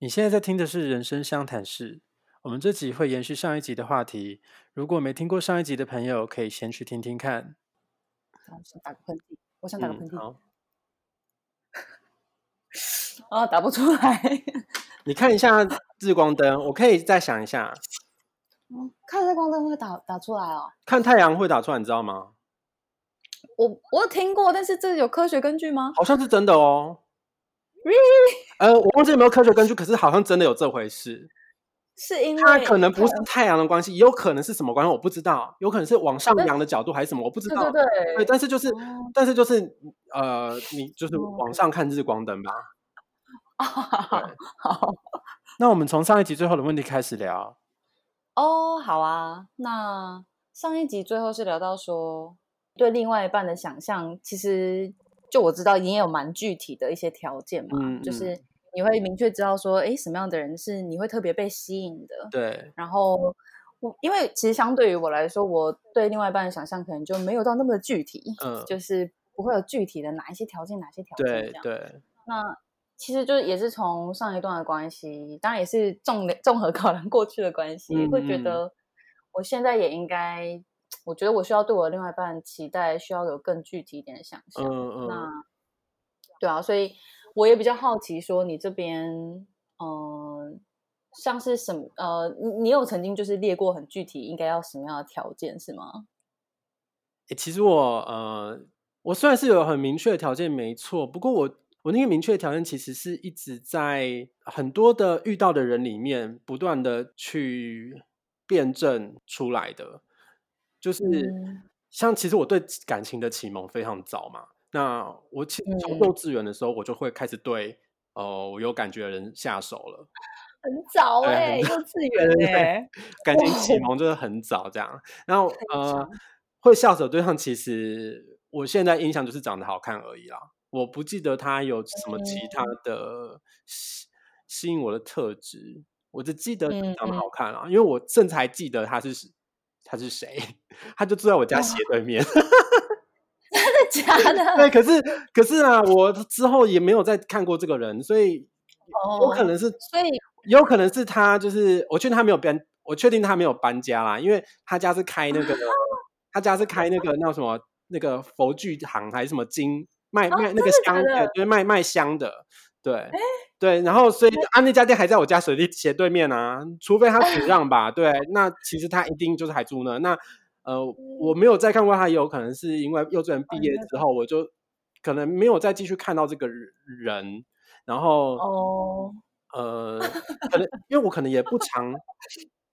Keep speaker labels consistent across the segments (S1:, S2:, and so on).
S1: 你现在在听的是《人生相谈室》，我们这集会延续上一集的话题。如果没听过上一集的朋友，可以先去听听看。
S2: 我想打个喷嚏，我想打个
S1: 嗯
S2: 喷，嚏，
S1: 好，
S2: 啊，打不出来。
S1: 你看一下日光灯，我可以再想一下，
S2: 嗯看日光灯会打打出来哦。
S1: 看太阳会打出来，你知道吗？
S2: 我我有听过，但是这有科学根据吗？
S1: 好像是真的哦。呃，我忘记有没有科学根据，可是好像真的有这回事。
S2: 是因为
S1: 它可能不是
S2: 太
S1: 太阳的关系，也有可能是什么关系，我不知道。有可能是往上
S2: 但
S1: 扬的角度还是什么，我不知道。
S2: 对对
S1: 对，
S2: 对，
S1: 但是就是，
S2: 哦
S1: 但是就是，呃，你就是
S2: 哦
S1: 往上看日光 灯吧。
S2: 好好
S1: 那我们从上一集最后的问题开始聊。
S2: 哦，好啊。那上一集最后是聊到说对另外一半的想象，其实就我知道你也有蛮具体的一些条件嘛，
S1: 嗯嗯
S2: 就是你会明确知道说，诶，什么样的人是你会特别被吸引的，
S1: 对，
S2: 然后我因为其实相对于我来说，我对另外一半的想象可能就没有到那么的具体，
S1: 嗯
S2: 就是不会有具体的哪一些条件，哪些条件
S1: 对
S2: 这样。
S1: 对，
S2: 那其实就是也是从上一段的关系，当然也是综综合考量过去的关系，会觉
S1: 嗯嗯
S2: 得我现在也应该，我觉得我需要对我另外一半期待需要有更具体一点的想象。
S1: 嗯嗯，
S2: 那对啊，所以我也比较好奇，说你这边，呃，像是什么，呃，你你有曾经就是列过很具体应该要什么样的条件是吗？
S1: 诶其实我呃，我虽然是有很明确的条件，没错，不过我我那个明确的条件其实是一直在很多的遇到的人里面不断的去辩证出来的，就是、
S2: 嗯
S1: 像其实我对感情的启蒙非常早嘛，那我其实从
S2: 嗯
S1: 幼稚园的时候我就会开始对呃我有感觉的人下手了。
S2: 很早
S1: 对
S2: 哎、
S1: 很
S2: 幼
S1: 对
S2: 稚
S1: 对
S2: 园
S1: 对
S2: 哎、
S1: 感情
S2: 哇
S1: 启蒙就是很早这样。然后呃
S2: 长，
S1: 会下手对象其实我现在印象就是长得好看而已啦，我不记得他有什么其他
S2: 嗯
S1: 的吸吸引我的特质，我只记得
S2: 嗯
S1: 长得
S2: 嗯
S1: 好看啊，因为我甚至还记得他是他是谁， 他就住在我
S2: 哦
S1: 家斜对面。
S2: 真的假的？
S1: 哎对，可是可是啊，我之后也没有再看过这个人，所以有可
S2: 哦
S1: 能是
S2: 所以
S1: 有可能是他，就是我确定他没有搬，我确定他没有搬家啦，因为他家是开 那个，他家是开那个那什么那个佛具行还是什么金卖
S2: 啊
S1: 卖那个
S2: 真的假
S1: 香的
S2: 的，
S1: 对，卖卖香的，对对，然后所以啊那家店还在我家水地斜对面啊，除 非他转让吧，对，那其实他一定就是还住那，那呃我没有再看过他，有可能是因为幼稚园毕
S2: 嗯哦
S1: 业
S2: 你没有
S1: 之后我就可能没有再继续看到这个人，然后
S2: 哦，
S1: 呃，可能因为我可能也不常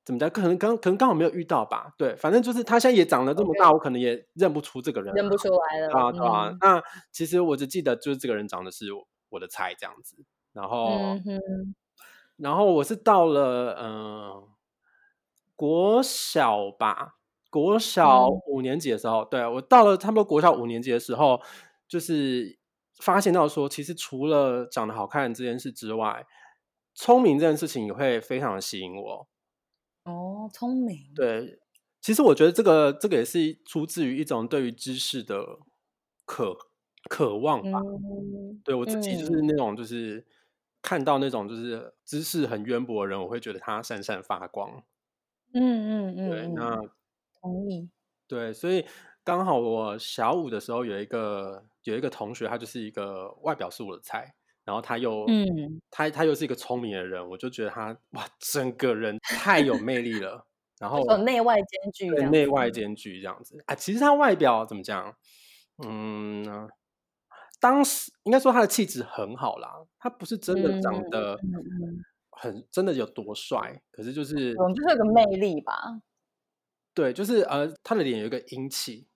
S1: 怎么讲，可能刚可能刚好没有遇到吧。对，反正就是他现在也长得这么大，我可能也认不出这个人
S2: 认不出来了，
S1: 啊，对啊。
S2: 嗯
S1: 那其实我只记得就是这个人长得是我我的菜这样子，然后、
S2: 嗯哼，
S1: 然后我是到了呃国小吧，国小
S2: 嗯
S1: 五年级的时候，对我到了差不多国小五年级的时候，就是发现到说，其实除了长得好看这件事之外，聪明这件事情也会非常的吸引我。
S2: 哦，聪明，
S1: 对，其实我觉得这个这个也是出自于一种对于知识的渴渴望吧。
S2: 嗯
S1: 对我自己就是
S2: 嗯
S1: 那种就是看到那种就是知识很渊博的人，我会觉得他闪闪发光。
S2: 嗯嗯
S1: 对，
S2: 嗯
S1: 那
S2: 嗯，同意，
S1: 对，所以刚好我小五的时候有一个有一个同学，他就是一个外表是我的菜，然后他又
S2: 嗯，
S1: 他他又是一个聪明的人，我就觉得他哇，整个人太有魅力了，然后
S2: 就是 有内外兼具这
S1: 哦对
S2: 样
S1: 内
S2: 子
S1: 外兼具这样子啊。其实他外表怎么讲？嗯，当时应该说他的气质很好啦，他不是真的长
S2: 嗯
S1: 得
S2: 嗯嗯，哦
S1: 很真的有多帅，可是就是
S2: 我们就是有个魅力吧，
S1: 对，就是呃，他的脸有一个英 气，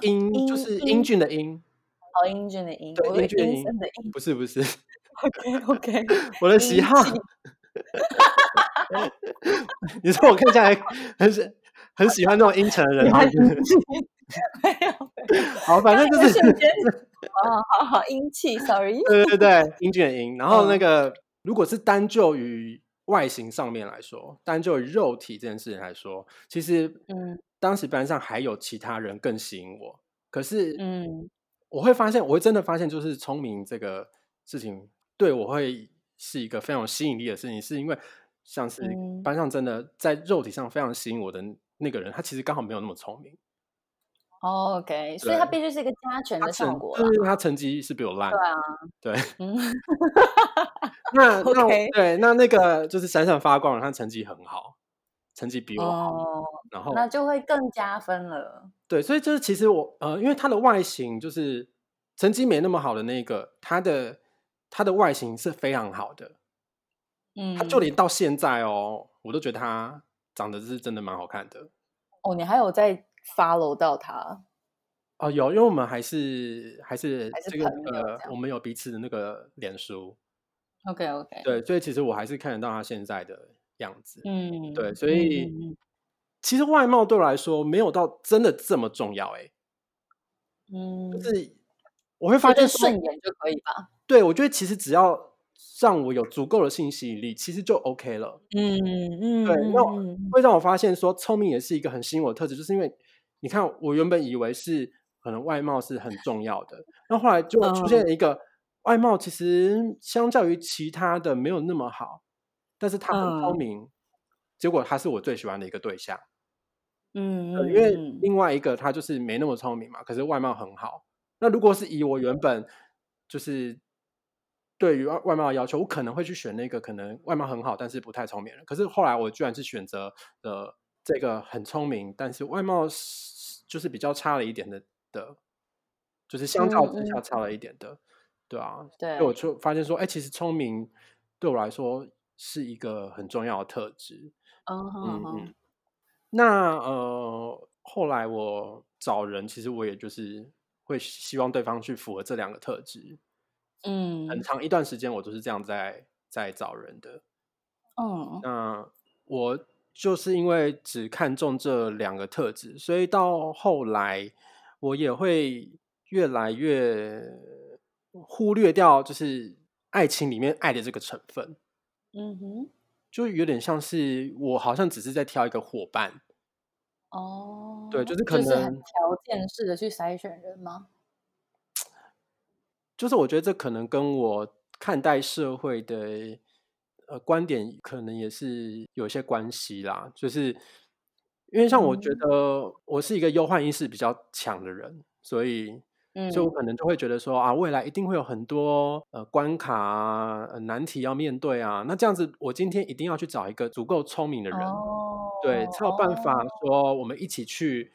S1: 英就
S2: 英
S1: 是英
S2: 英
S1: 俊的英，
S2: 哦，英俊的英，
S1: 对，
S2: 我以为
S1: 英俊的
S2: 阴
S1: 英
S2: 森的 阴
S1: 不是不是，
S2: ，OK OK，
S1: 我的喜
S2: 英
S1: 好
S2: 气。
S1: 你说我看起来很喜很喜欢那种阴沉的 人吗？
S2: 没有，没有
S1: 好，反正就
S2: 我
S1: 是
S2: 瞬间，哦，好好阴气，sorry，
S1: 对对对，英俊的英。然后那
S2: 嗯
S1: 个，如果是单就于外形上面来说，单就于肉体这件事情来说，其实
S2: 嗯
S1: 当时班上还有其他人更吸引我。可是
S2: 嗯
S1: 我会发现，我会真的发现，就是聪明这个事情对我会是一个非常有吸引力的事情，是因为像是
S2: 嗯
S1: 班上真的在肉体上非常吸引我的那个人，他其实刚好没有那么聪明，
S2: 哦 OK，所以它必须是一个加权
S1: 他
S2: 的效
S1: 成
S2: 果啦。
S1: 对他成绩是比我烂，对啊，对，
S2: 嗯，
S1: 那那我
S2: OK
S1: 对那那个就是闪闪发光的，他成绩很好，成绩比我好，
S2: 哦，
S1: 然后
S2: 那就会更加分了。
S1: 对，所以就是其实我呃，因为他的外形就是成绩没那么好的那个，他的他的外形是非常好的，
S2: 嗯，
S1: 他就连到现在哦，我都觉得他长得是真的蛮好看的
S2: 哦，你还有在 follow 到他，
S1: 哦。有，因为我们还是还是
S2: 还是
S1: 这个
S2: 朋友
S1: 呃
S2: 这，样
S1: 我们有彼此的那个脸书，
S2: OK OK，，
S1: 对，所以其实我还是看得到他现在的样子。
S2: 嗯，
S1: 对所以
S2: 嗯嗯
S1: 其实外貌对我来说没有到真的这么重要、欸，
S2: 嗯，
S1: 就
S2: 嗯
S1: 是我会发
S2: 觉
S1: 现
S2: 得
S1: 说
S2: 顺，眼就可以吧。
S1: 对我觉得其实只要让我有足够的性吸引力，其实就 OK 了。
S2: 嗯嗯，
S1: 对那我
S2: 嗯嗯
S1: 会让我发现说，聪明也是一个很吸引我的特质，就是因为你看，我原本以为是可能外貌是很重要的，然后后来就出
S2: 嗯
S1: 现了一个外貌其实相较于其他的没有那么好，但是他很聪
S2: 嗯
S1: 明，结果他是我最喜欢的一个对象。
S2: 嗯，
S1: 对
S2: 嗯
S1: 因为
S2: 嗯
S1: 另外一个他就是没那么聪明嘛，可是外貌很好。那如果是以我原本就是对于外外貌的要求，我可能会去选那个可能外貌很好但是不太聪明的人。可是后来我居然是选择了这个很聪明，但是外貌是就是比较差了一点的的，就是相较之
S2: 嗯
S1: 下
S2: 嗯
S1: 差了一点的，对啊。
S2: 对
S1: 所以我就发现说，哎、其实聪明对我来说是一个很重要的特质。
S2: 嗯
S1: 嗯
S2: 哼哼
S1: 嗯，那呃，后来我找人，其实我也就是会希望对方去符合这两个特质。
S2: 嗯
S1: 很长一段时间，我都是这样在在找人的。
S2: 嗯
S1: 那我就是因为只看重这两个特质，所以到后来我也会越来越忽略掉，就是爱情里面爱的这个成分，
S2: 嗯哼，
S1: 就有点像是我好像只是在挑一个伙伴。
S2: 哦，
S1: 对就是可
S2: 就是很
S1: 能
S2: 条件式的去筛选人吗？
S1: 就是我觉得这可能跟我看待社会的呃观点，可能也是有些关系啦。就是因为像我觉
S2: 嗯
S1: 得我是一个忧患意识比较强的人，所以
S2: 嗯
S1: 所以我可能就会觉得说啊，未来一定会有很多呃关卡啊、呃难题要面对啊。那这样子，我今天一定要去找一个足够聪明的人，
S2: 哦，
S1: 对，才有办法
S2: 哦
S1: 说我们一起去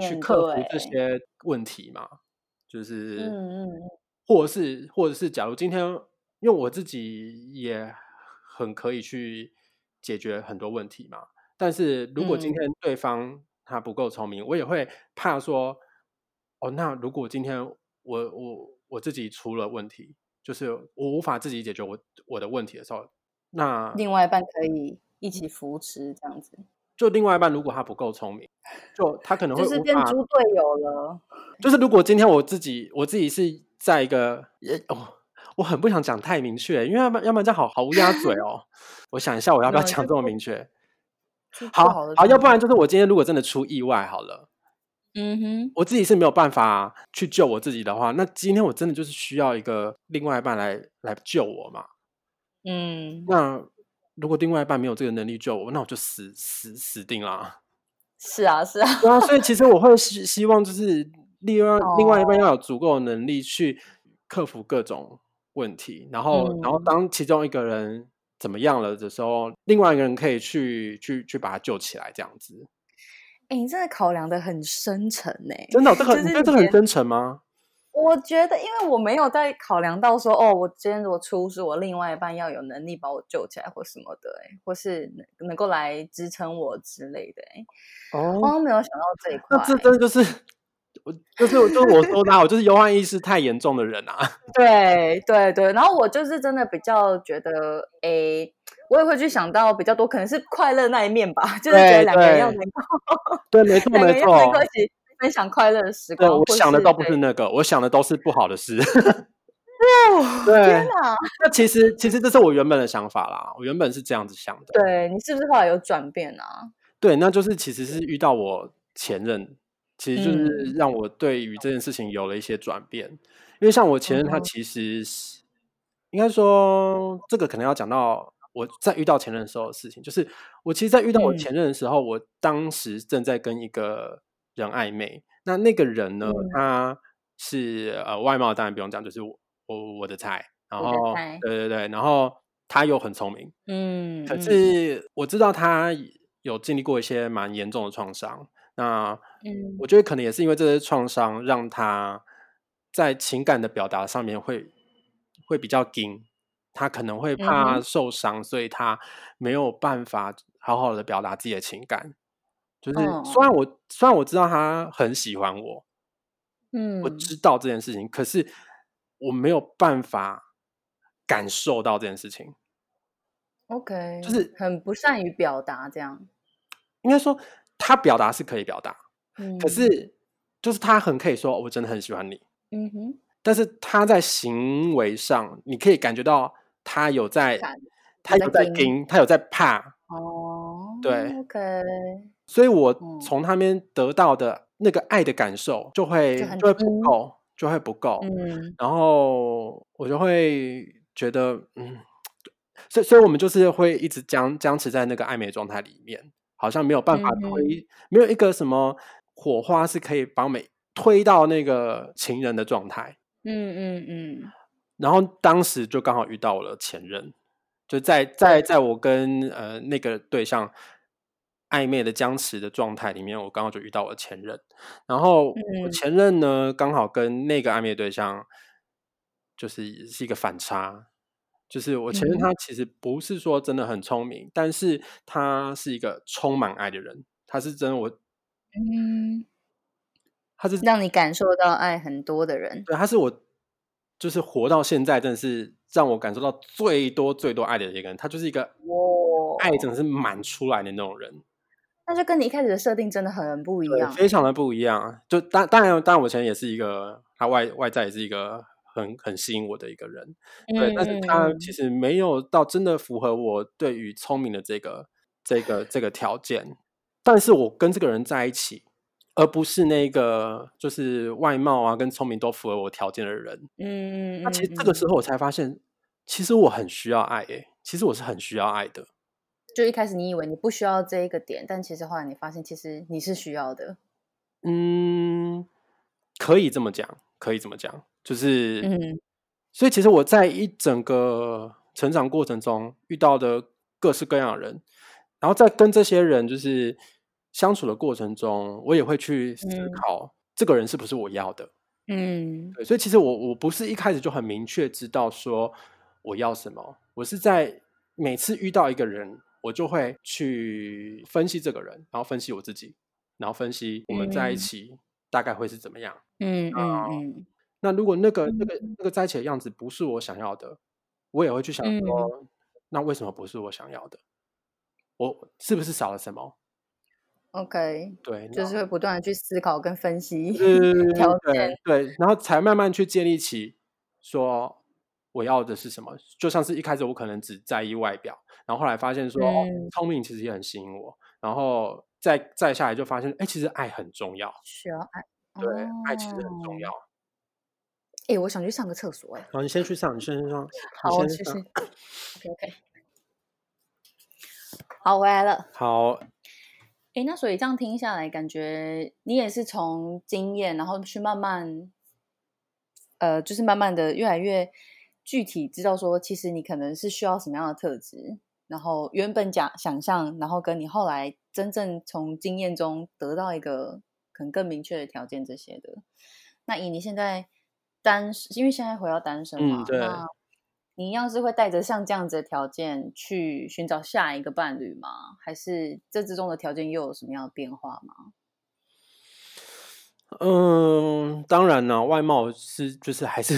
S1: 去
S2: 面
S1: 克服这
S2: 对
S1: 些问题嘛。就是
S2: 嗯嗯
S1: 或者是或者是，假如今天因为我自己也很可以去解决很多问题嘛，但是如果今
S2: 嗯
S1: 天对方他不够聪明，我也会怕说，哦，那如果今天我我我自己出了问题，就是我无法自己解决我我的问题的时候，那
S2: 另外一半可以一起扶持这样子，
S1: 就另外一半如果他不够聪明，就他可能会
S2: 就是
S1: 无
S2: 变
S1: 法
S2: 猪队友了。
S1: 就是如果今天我自己我自己是在一个也哦，我很不想讲太明确，因为要不然要不然这样好好乌鸦嘴 哦。我想一下，我要不要
S2: 嗯
S1: 讲
S2: 就
S1: 这么
S2: 不
S1: 明确？
S2: 这不
S1: 好
S2: 好的
S1: 好，要
S2: 状
S1: 不然就是我今天如果真的出意外好了，
S2: 嗯哼，
S1: 我自己是没有办法去救我自己的话，那今天我真的就是需要一个另外一半来来救我嘛。
S2: 嗯，
S1: 那如果另外一半没有这个能力救我，那我就死死死定啦。
S2: 是啊，是啊，
S1: 对啊，所以其实我会希希望就是另外另外一
S2: 哦
S1: 半要有足够的能力去克服各种问题，然后然后
S2: 嗯
S1: 当其中一个人怎么样了的时候，另外一个人可以去去去把他救起来，这样子。
S2: 哎、你真的考量的很深沉呢、
S1: 真的哦，这个
S2: 就
S1: 你
S2: 是
S1: 对这个
S2: 你
S1: 很
S2: 觉得
S1: 真诚吗？
S2: 我觉得，因为我没有在考量到说，哦，我今天如果出事，我另外一半要有能力把我救起来或什么的、欸，或是能能够来支撑我之类的、欸，
S1: 哦，
S2: 哦，没有想到这一块
S1: 那，这真的就是我就是就是我说的啊，我就是忧患意识太严重的人 啊。
S2: 对对对，然后我就是真的比较觉得，诶、我也会去想到比较多，可能是快乐那一面吧，就是觉
S1: 对
S2: 得两个人要
S1: 对
S2: 能够，
S1: 对，没错
S2: 两个
S1: 没
S2: 人要能够一
S1: 错。
S2: 起分享快乐的时
S1: 对，
S2: 光，
S1: 我
S2: 或
S1: 想的
S2: 是
S1: 倒不
S2: 对
S1: 是那个，我想的都是不好的 事。
S2: 哦，
S1: 对
S2: 天，哪！
S1: 那其实其实这是我原本的想法啦，我原本是这样子想的。
S2: 对你是不是后来有转变啊？
S1: 对，那就是其实是遇到我前任，其实就是
S2: 嗯
S1: 让
S2: 嗯
S1: 我对于这件事情有了一些转变。因为像我前任，他
S2: 哦，
S1: 其实是应该说这个可能要讲到我在遇到前任的时候的事情，就是我其实，在遇到我
S2: 嗯
S1: 前任的时候，我当时正在跟一个人暧昧，那那个人呢，
S2: 嗯
S1: 他是呃外貌当然不用讲，就是我我我的菜，然
S2: 你的
S1: 后
S2: 菜
S1: 对对对，然后他又很聪明，
S2: 嗯，
S1: 可
S2: 嗯
S1: 是我知道他有经历过一些蛮严重的创伤，那
S2: 嗯
S1: 我觉得可能也是因为这些创伤，让他在情感的表达上面会会比较紧，他可能会
S2: 嗯
S1: 怕
S2: 哼
S1: 受伤，所以他没有办法好好的表达自己的情感。就是
S2: 嗯
S1: 虽然我虽然我知道他很喜欢我，我
S2: 嗯
S1: 知道这件事情，可是我没有办法感受到这件事情。
S2: 嗯，OK，
S1: 就是
S2: 很不善于表达这样，
S1: 应该说，他表达是可以表达，
S2: 嗯，
S1: 可是就是他很可以说哦我真的很喜欢你，
S2: 嗯哼，
S1: 但是他在行为上，你可以感觉到他有在
S2: 感，
S1: 他
S2: 有
S1: 有
S2: 在
S1: 在
S2: 盯
S1: 盯，他有在怕。
S2: 哦，
S1: 对
S2: ，OK，
S1: 所以我
S2: 嗯
S1: 从他们得到的那个爱的感受，就会
S2: 就很
S1: 就会不
S2: 低
S1: 够，就会不够。
S2: 嗯
S1: 然后我就会觉得，嗯，所以所以我们就是会一直僵僵持在那个暧昧状态里面，好像没有办法
S2: 嗯
S1: 推，
S2: 哼
S1: 没有一个什么火花是可以把我们推到那个情人的状态。
S2: 嗯嗯嗯，
S1: 然后当时就刚好遇到我的前任，就在在在我跟呃那个对象暧昧的僵持的状态里面，我刚好就遇到我的前任。然后我
S2: 嗯
S1: 前任呢，刚好跟那个暧昧对象就是是一个反差，就是我前任
S2: 嗯
S1: 他其实不是说真的很聪明，但是他是一个充满爱的人，他是真的我
S2: 嗯，
S1: 他是
S2: 让你感受到爱很多的人，
S1: 对，他是我就是活到现在，真的是让我感受到最多最多爱的一个人。他就是一个爱
S2: 哇哦
S1: 真的是满出来的那种人，
S2: 那就跟你一开始的设定真的很不一
S1: 对，
S2: 样。
S1: 非常的不一样啊。就当当然当然，我前也是一个他外外在也是一个很很吸引我的一个人，对，
S2: 嗯
S1: 但是他
S2: 嗯
S1: 其实没有到真的符合我对于聪明的这个这个这个条件。但是我跟这个人在一起，而不是那个就是外貌啊跟聪明都符合我条件的人，
S2: 嗯嗯
S1: 那其实
S2: 嗯
S1: 这个时
S2: 嗯，
S1: 候我才发现，其实我很需要爱耶、其实我是很需要爱的。
S2: 就一开始你以为你不需要这一个点，但其实后来你发现，其实你是需要的。
S1: 嗯，可以这么讲，可以这么讲，就是，
S2: 嗯
S1: 所以其实我在一整个成长过程中遇到的各式各样的人，然后在跟这些人就是相处的过程中，我也会去思
S2: 嗯
S1: 考这个人是不是我要的。
S2: 嗯
S1: 对，所以其实我我不是一开始就很明确知道说我要什么，我是在每次遇到一个人，我就会去分析这个人，然后分析我自己，然后分析我们在一
S2: 嗯
S1: 起大概会是怎么样。
S2: 嗯
S1: 啊
S2: 嗯
S1: 那如果那个那个
S2: 嗯
S1: 那个在一起的样子不是我想要的，我也会去想
S2: 嗯，
S1: 说，那为什么不是我想要的？我是不是少了什么？
S2: OK，
S1: 对，啊
S2: 就是会不断的去思考跟分析
S1: 对
S2: 条
S1: 嗯对
S2: 件。
S1: 对，然后才慢慢去建立起说我要的是什么。就像是一开始我可能只在意外表，然后后来发现说，哦，
S2: 嗯，
S1: 聪明其实也很吸引我，然后再再下来就发现，哎，其实爱很重要，
S2: 需要爱
S1: 对，爱其实很重要。
S2: 哦。哎，我想去上个厕所哎。
S1: 然后你先去上，你先去上，你
S2: 好，我
S1: 先去
S2: 去
S1: 上。
S2: 去。OK OK，好，我回来了。
S1: 好，
S2: 诶，那所以这样听下来，感觉你也是从经验，然后去慢慢，呃，就是慢慢的越来越具体，知道说其实你可能是需要什么样的特质，然后原本假想象，然后跟你后来真正从经验中得到一个可能更明确的条件这些的。那以你现在单身，因为现在回到单身
S1: 嗯，
S2: 嘛，
S1: 对，
S2: 那你一样是会带着像这样子的条件去寻找下一个伴侣吗？还是这之中的条件又有什么样的变化吗？
S1: 嗯，当然了，外貌是就是还是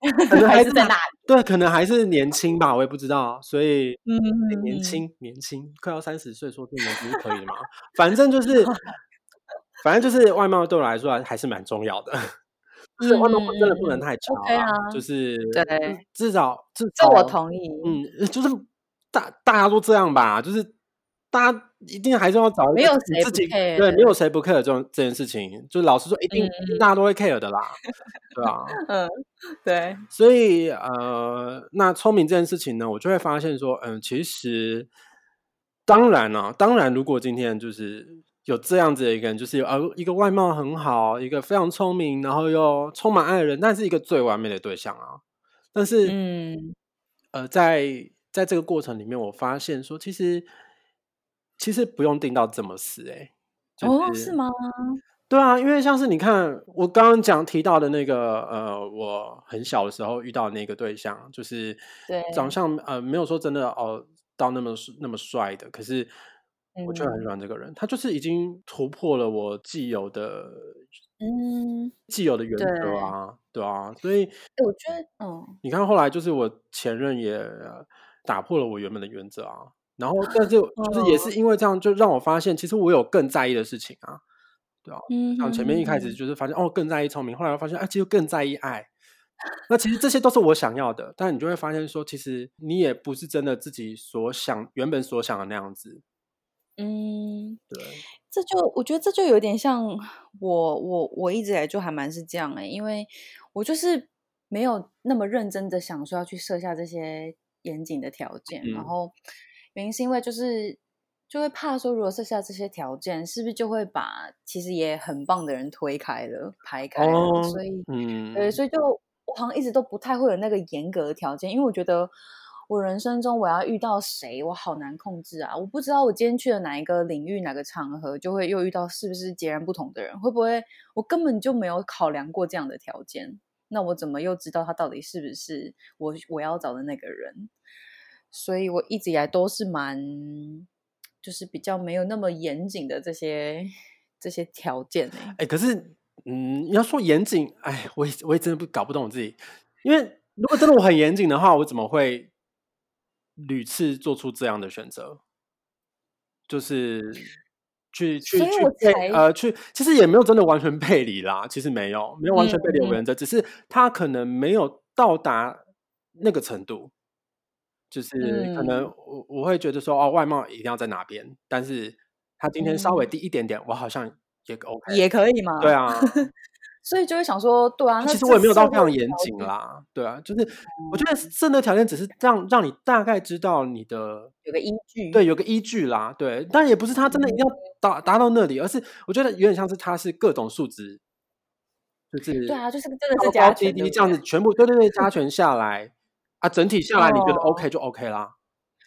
S1: 可能
S2: 还
S1: 还是
S2: 是在那
S1: 对，可能还是年轻吧，我也不知道，啊所以。
S2: 里？
S1: 年
S2: 嗯嗯
S1: 轻，年轻，快要三十岁，说这年轻是可以的吗？反正就是， 反正就是外貌对我来说还还是蛮重要的，就是外貌
S2: 嗯
S1: 不真的不
S2: 嗯
S1: 能
S2: 嗯
S1: 太差
S2: ，OK
S1: 啦，
S2: 啊，
S1: 就是
S2: 对，
S1: 至至少嗯呃至
S2: 这我
S1: 少，
S2: 同意。
S1: 嗯，就是大大家都这样吧，就是大家一定还是要找一个
S2: 没有
S1: 你
S2: 谁
S1: 自
S2: 不
S1: 己
S2: care
S1: 对，
S2: 的
S1: 没有谁不 care 这种这件事情，就老实说，一定大家都会 care 的 啦，对啊。
S2: 嗯，对，
S1: 所以呃，那聪明这件事情呢，我就会发现说，嗯，其实当然啊，当然，如果今天就是有这样子的一个人，就是有呃一个外貌很好，一个非常聪明，然后又充满爱的人，那是一个最完美的对象啊。但是，
S2: 嗯
S1: 呃，在在这个过程里面，我发现说，其实其实不用定到这么死、欸，就
S2: 哦，是吗？
S1: 对啊，因为像是你看我刚刚讲提到的那个呃，我很小的时候遇到的那个对象，就是
S2: 对
S1: 长相呃没有说真的哦到那么帅那么帅的，可是我却很
S2: 嗯
S1: 喜欢这个人，他就是已经突破了我既有的
S2: 嗯，
S1: 既有的原则
S2: 对
S1: 啊，对啊，所以
S2: 哎，我觉得，嗯，
S1: 你看后来就是我前任也打破了我原本的原则啊，然后但
S2: 哦
S1: 是就是也是因为这样，就让我发现其实我有更在意的事情啊，对啊，
S2: 嗯
S1: 像
S2: 哼，
S1: 前面一开始就是发现哦更在意聪明，后来发现哎、其实更在意爱。那其实这些都是我想要的，但你就会发现说，其实你也不是真的自己所想原本所想的那样子。
S2: 嗯，
S1: 对，
S2: 这就我觉得这就有点像我我我一直以来就还蛮是这样哎、因为我就是没有那么认真的想说要去设下这些严谨的条件，然
S1: 嗯
S2: 后原因是因为就是就会怕说如果设下这些条件，是不是就会把其实也很棒的人推开了、排开了，
S1: 哦，
S2: 所以对，
S1: 嗯，
S2: 所以就我好像一直都不太会有那个严格的条件，因为我觉得我人生中我要遇到谁，我好难控制啊！我不知道我今天去了哪一个领域、哪个场合，就会又遇到是不是截然不同的人，会不会我根本就没有考量过这样的条件？那我怎么又知道他到底是不是我我要找的那个人？所以我一直以来都是蛮，就是比较没有那么严谨的这些这些条件呢、
S1: 哎、可是，嗯，你要说严谨，哎，我也我也真的不搞不懂我自己，因为如果真的我很严谨的话，我怎么会屡次做出这样的选择？就是去去
S2: 所以
S1: 去
S2: 我
S1: 背
S2: 才
S1: 呃去，其实也没有真的完全背离啦，其实没有没有完全背离我
S2: 嗯
S1: 原则，只是他可能没有到达那个程度。就是可能
S2: 嗯
S1: 我我会觉得说哦，外貌一定要在哪边，但是他今天稍微
S2: 嗯，
S1: 低一点点，我好像也 OK。
S2: 也可以
S1: 对
S2: 嘛。
S1: 啊，
S2: 所以就会想说，对啊，那
S1: 其实
S2: 这
S1: 我也没有
S2: 社
S1: 到非
S2: 会
S1: 常
S2: 的
S1: 严
S2: 条
S1: 谨
S2: 件
S1: 啦，对啊，就是我觉得
S2: 嗯
S1: 设的条件只是让让你大概知道你的
S2: 有个依
S1: 对
S2: 据，
S1: 有个依据啦，对，但也不是他真的一定
S2: 嗯
S1: 要达达到那里，而是我觉得有点像是他是各种数值，就
S2: 对
S1: 是
S2: 啊，就是真的是
S1: 高
S2: 加
S1: 高低
S2: 权，对
S1: 低
S2: 不
S1: 这样
S2: 对？
S1: 子全部对对对加权下来啊，整体下来你觉得 OK
S2: 哦，
S1: 就 OK 啦。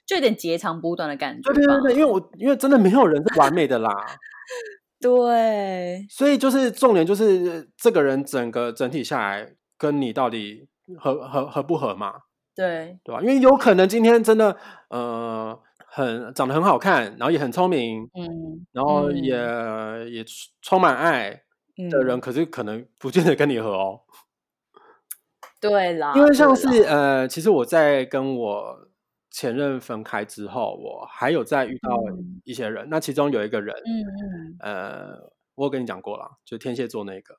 S2: 就有点截长补短的感
S1: 对
S2: 觉
S1: 对对对，因为
S2: 吧？
S1: 我因为真的没有人是完美的啦，
S2: 对，
S1: 所以就是重点就是呃这个人整个整体下来跟你到底合合合不合嘛，
S2: 对，
S1: 对吧？因为有可能今天真的呃很长得很好看，然后也很聪明，
S2: 嗯
S1: 然后也
S2: 嗯
S1: 也充充满爱的人，
S2: 嗯，
S1: 可是可能不见得跟你合哦。
S2: 对
S1: 因
S2: 啦
S1: 为像
S2: 啊对啦，
S1: 是呃，其实我在跟我前任分开之后，我还有再遇到
S2: 嗯
S1: 一些人，那其中有一个人，
S2: 嗯嗯
S1: 呃，我有跟你讲过啦，就天蝎座那个，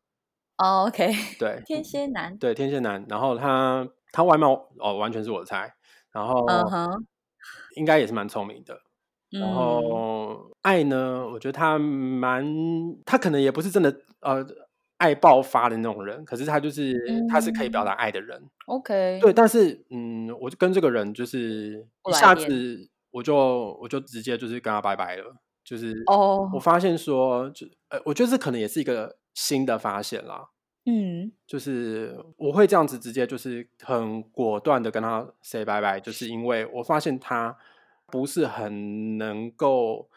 S2: 哦，OK，
S1: 对
S2: 天蝎男，
S1: 对，天蝎男，然后他他外貌哦，完全是我的菜，然
S2: 嗯
S1: 后
S2: 哼，
S1: 应该也是蛮聪明的，然
S2: 嗯
S1: 后爱呢，我觉得他蛮，他可能也不是真的呃爱爆发的那种人，可是他就是他是可以表达
S2: 嗯
S1: 爱的人，
S2: ，OK，
S1: 对，但是嗯，我就跟这个人就是
S2: 不
S1: 一
S2: 来
S1: 下
S2: 电
S1: 子我就我就直接就是跟他拜拜了，就是我
S2: 哦，
S1: 发现说，就呃，我觉得这可能也是一个新的发现啦，
S2: 嗯，
S1: 就是我会这样子直接就是很果断的跟他 say 拜拜，就是因为我发现他不是很能够，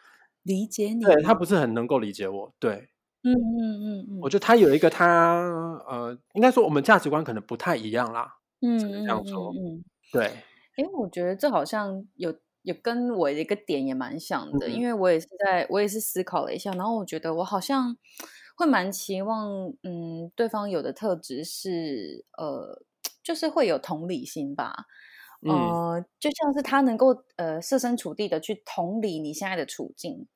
S2: 理解你
S1: 对他
S2: 吗？
S1: 不是很能够理解我，对。
S2: 嗯嗯
S1: 我
S2: 嗯
S1: 觉得他有一个他呃，应该说我们价值观可能不太一样啦，
S2: 嗯
S1: 只能这
S2: 嗯
S1: 样
S2: 嗯
S1: 说。
S2: 嗯嗯。
S1: 对，
S2: 诶，我觉得这好像有有跟我的一个点也蛮像的，因
S1: 嗯
S2: 为我也是在我也是思考了一下，然后我觉得我好像会蛮期望，嗯，对方有的特质是呃，就是会有同理心吧，
S1: 嗯
S2: 呃，就像是他能够呃设身处地的去同理你现在的处境，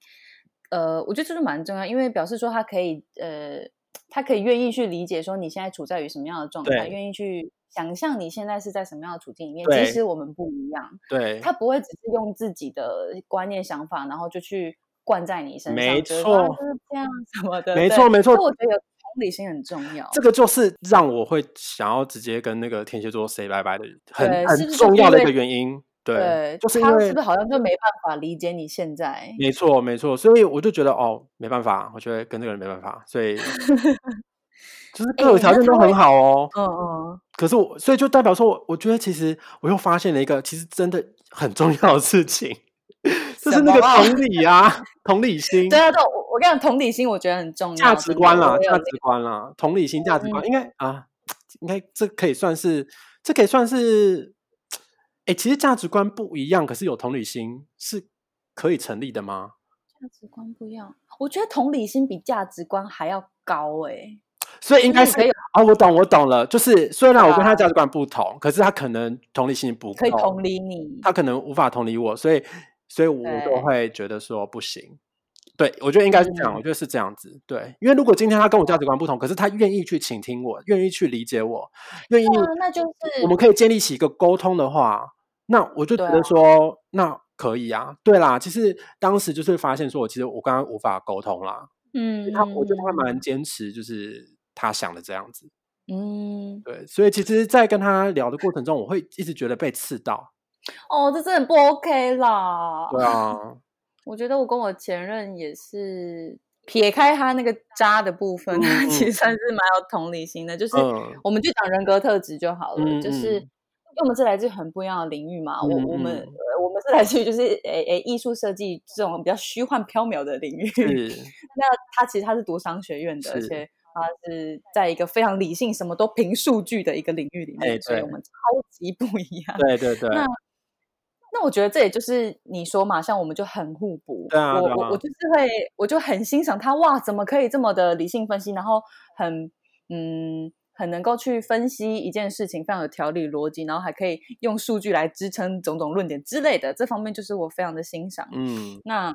S2: 呃，我觉得这是蛮重要，因为表示说他可以呃。他可以愿意去理解说你现在处在于什么样的状态，
S1: 对
S2: 愿意去想象你现在是在什么样的处境里面，即
S1: 对
S2: 使我们不一样，
S1: 对，
S2: 他不会只是用自己的观念想法，然后就去灌在你身上，
S1: 没
S2: 觉得
S1: 错
S2: 啊就是这样什么的，
S1: 没
S2: 对
S1: 错没错
S2: 所以我觉得有同理心很重要。
S1: 这个就是让我会想要直接跟那个天蝎座 say 拜拜的很
S2: 对是
S1: 很
S2: 不是
S1: 重
S2: 因
S1: 要的一个
S2: 为
S1: 原因。对，就是因
S2: 他
S1: 为
S2: 是不是好像就没办法理解你现在？
S1: 没错，没错，所以我就觉得哦，没办法，我觉得跟这个人没办法，所 以就是各
S2: 诶
S1: 有条
S2: 那
S1: 件
S2: 他
S1: 都
S2: 会
S1: 很好哦。
S2: 嗯嗯，
S1: 可是我，所以就代表说我，我觉得其实我又发现了一个其实真的很重要的事情，就是
S2: 什
S1: 那个
S2: 么啊
S1: 同理啊，同理心
S2: 对、啊，对啊，我我跟你讲，同理心我觉得很重要，
S1: 价值
S2: 真的
S1: 观啦
S2: 我，也有嗯
S1: 价值观啦，同理心、价值观，应该啊，应该这可以算是，这可以算是，哎、其实价值观不一样，可是有同理心是可以成立的吗？
S2: 价值观不一样，我觉得同理心比价值观还要高哎、欸。
S1: 所以应该
S2: 就是是你可以
S1: 啊、我懂，我懂了。就是虽然
S2: 对
S1: 我跟
S2: 啊
S1: 他价值观不同，可是他可能同理心不
S2: 可以
S1: 够，
S2: 同理你，
S1: 哦他可能无法同理我，所以，所以我
S2: 对
S1: 就会觉得说不行。对，我觉得应该是这样，
S2: 嗯
S1: 我觉得是这样子。对，因为如果今天他跟我价值观不同，可是他愿意去倾听我，愿意去理解我，愿意
S2: 对啊，那就是
S1: 我们可以建立起一个沟通的话，那我就觉
S2: 对
S1: 得
S2: 啊
S1: 说，那可以啊。对啦，其实当时就是发现说我其实我刚刚无法沟通啦，
S2: 嗯，
S1: 他我觉得他
S2: 嗯
S1: 蛮坚持，就是他想的这样子。
S2: 嗯，
S1: 对，所以其实，在跟他聊的过程中，我会一直觉得被刺到。
S2: 哦，这真的很不 OK 啦。
S1: 对 啊，
S2: 我觉得我跟我前任也是，撇开他那个渣的部分，啊
S1: 嗯嗯
S2: 其实算是蛮有同理心的。就是
S1: 嗯
S2: 我们就讲人格特质就好了，
S1: 嗯
S2: 就是。
S1: 嗯
S2: 因为我们是来自很不一样的领域嘛，我
S1: 嗯
S2: 我们
S1: 嗯
S2: 呃我们是来自于就是诶诶艺术设计这种比较虚幻缥缈的领域，
S1: 是，
S2: 那他其实他是读商学院的，而
S1: 是
S2: 且他是在一个非常理性、什么都凭数据的一个领域里
S1: 哎
S2: 面，所以
S1: 对
S2: 我们超级不一样。
S1: 对对对，
S2: 那那我觉得这也就是你说嘛，像我们就很互补。
S1: 对啊
S2: 我
S1: 对啊
S2: 我我就是会，我就很欣赏他哇，怎么可以这么的理性分析，然后很嗯。很能够去分析一件事情，非常有条理逻辑，然后还可以用数据来支撑种种论点之类的，这方面就是我非常的欣赏。
S1: 嗯
S2: 那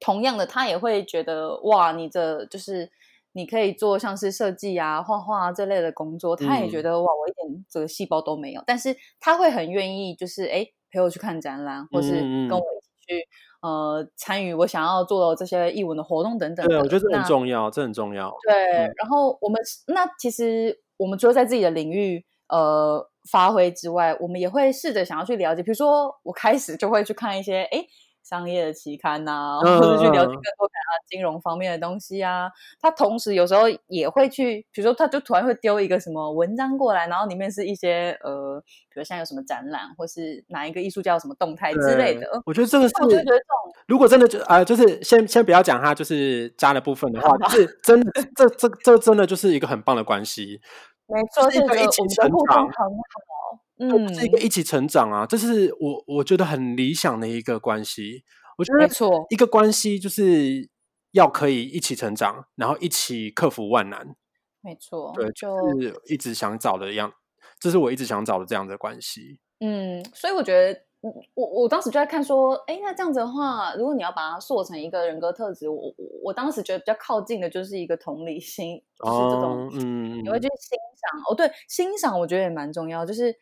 S2: 同样的，他也会觉得哇，你这就是你可以做像是设计啊、画画啊这类的工作，他也觉
S1: 嗯
S2: 得、哇，我一点这个细胞都没有，但是他会很愿意，就是哎陪我去看展览，或是
S1: 嗯嗯
S2: 跟我一起去呃参与我想要做的这些艺文的活动等等
S1: 对，啊
S2: 的。
S1: 我觉得这很
S2: 那
S1: 重要，这很重要。
S2: 对，
S1: 嗯
S2: 然后我们是那其实我们除了在自己的领域呃发挥之外，我们也会试着想要去了解，比如说我开始就会去看一些诶商业的期刊呐、
S1: 嗯
S2: 或者去了解
S1: 嗯
S2: 更
S1: 嗯
S2: 多看啊金融方面的东西啊。他同时有时候也会去，比如说他就突然会丢一个什么文章过来，然后里面是一些呃，比如现在有什么展览，或是哪一个艺术家有什么动态之类
S1: 对
S2: 的。
S1: 我觉得这个
S2: 那我就觉
S1: 是
S2: 得这种
S1: 如果真的就呃，就是先先不要讲他就是渣的部分的话，
S2: 好
S1: 就是 真的，这这这真的就是一个很棒的关系，
S2: 没错，
S1: 是一
S2: 这
S1: 个
S2: 个
S1: 一起
S2: 我们的
S1: 成
S2: 互
S1: 长
S2: 动很好，
S1: 对就是一
S2: 嗯
S1: 个，一起成长啊，这是我我觉得很理想的一个关系。我觉
S2: 没
S1: 得
S2: 错。
S1: 一个关系就是要可以一起成长，然后一起克服万难。
S2: 没错，
S1: 对，
S2: 就
S1: 就是一直想找的样，这是我一直想找的这样的关系。
S2: 嗯，所以我觉得，嗯我我当时就在看说，哎，那这样子的话，如果你要把它塑成一个人格特质，我我我当时觉得比较靠近的就是一个同理心，就是这种、
S1: 哦，嗯，
S2: 你会去欣赏哦，对，欣赏我觉得也蛮重要，就是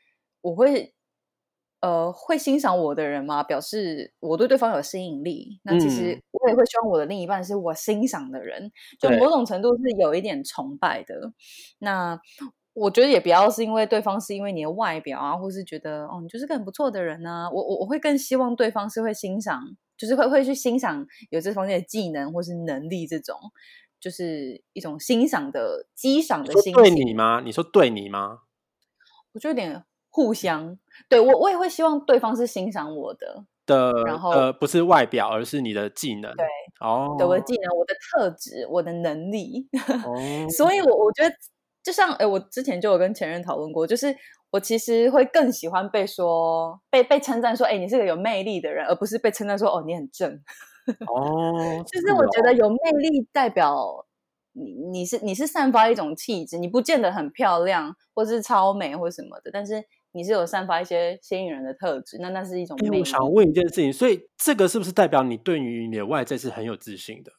S2: 我会呃会欣赏我的人嘛，表示我对对方有吸引力。那其实
S1: 嗯
S2: 我也会希望我的另一半是我欣赏的人，就
S1: 对
S2: 某种程度是有一点崇拜的。那我觉得也不要是因为对方是因为你的外表啊，或是觉得哦你就是个很不错的人啊，我我我会更希望对方是会欣赏，就是会会去欣赏有这方面的技能或是能力这种。就是一种欣赏的、激赏
S1: 你
S2: 的
S1: 说
S2: 心
S1: 对
S2: 情，
S1: 你吗？你说对你吗？
S2: 我就有点互相。对我，我也会希望对方是欣赏我的，
S1: 的
S2: 然后
S1: 呃，不是外表，而是你的技能。
S2: 对，
S1: 哦，
S2: 对我的技能、我的特质、我的能力。
S1: 哦，
S2: 所以我，我觉得，就像诶，我之前就有跟前任讨论过，就是我其实会更喜欢被说、被被称赞说，哎，你是个有魅力的人，而不是被称赞说，哦，你很正。
S1: 哦，
S2: 就是我觉
S1: 哦
S2: 得有魅力代表你，你是你是散发一种气质，你不见得很漂亮，或是超美或什么的，但是你是有散发一些吸引人的特质，那那是一种
S1: 哎，
S2: 魅
S1: 我
S2: 力。
S1: 想问一件事情，所以这个是不是代表你对于你的外在是很有自信的？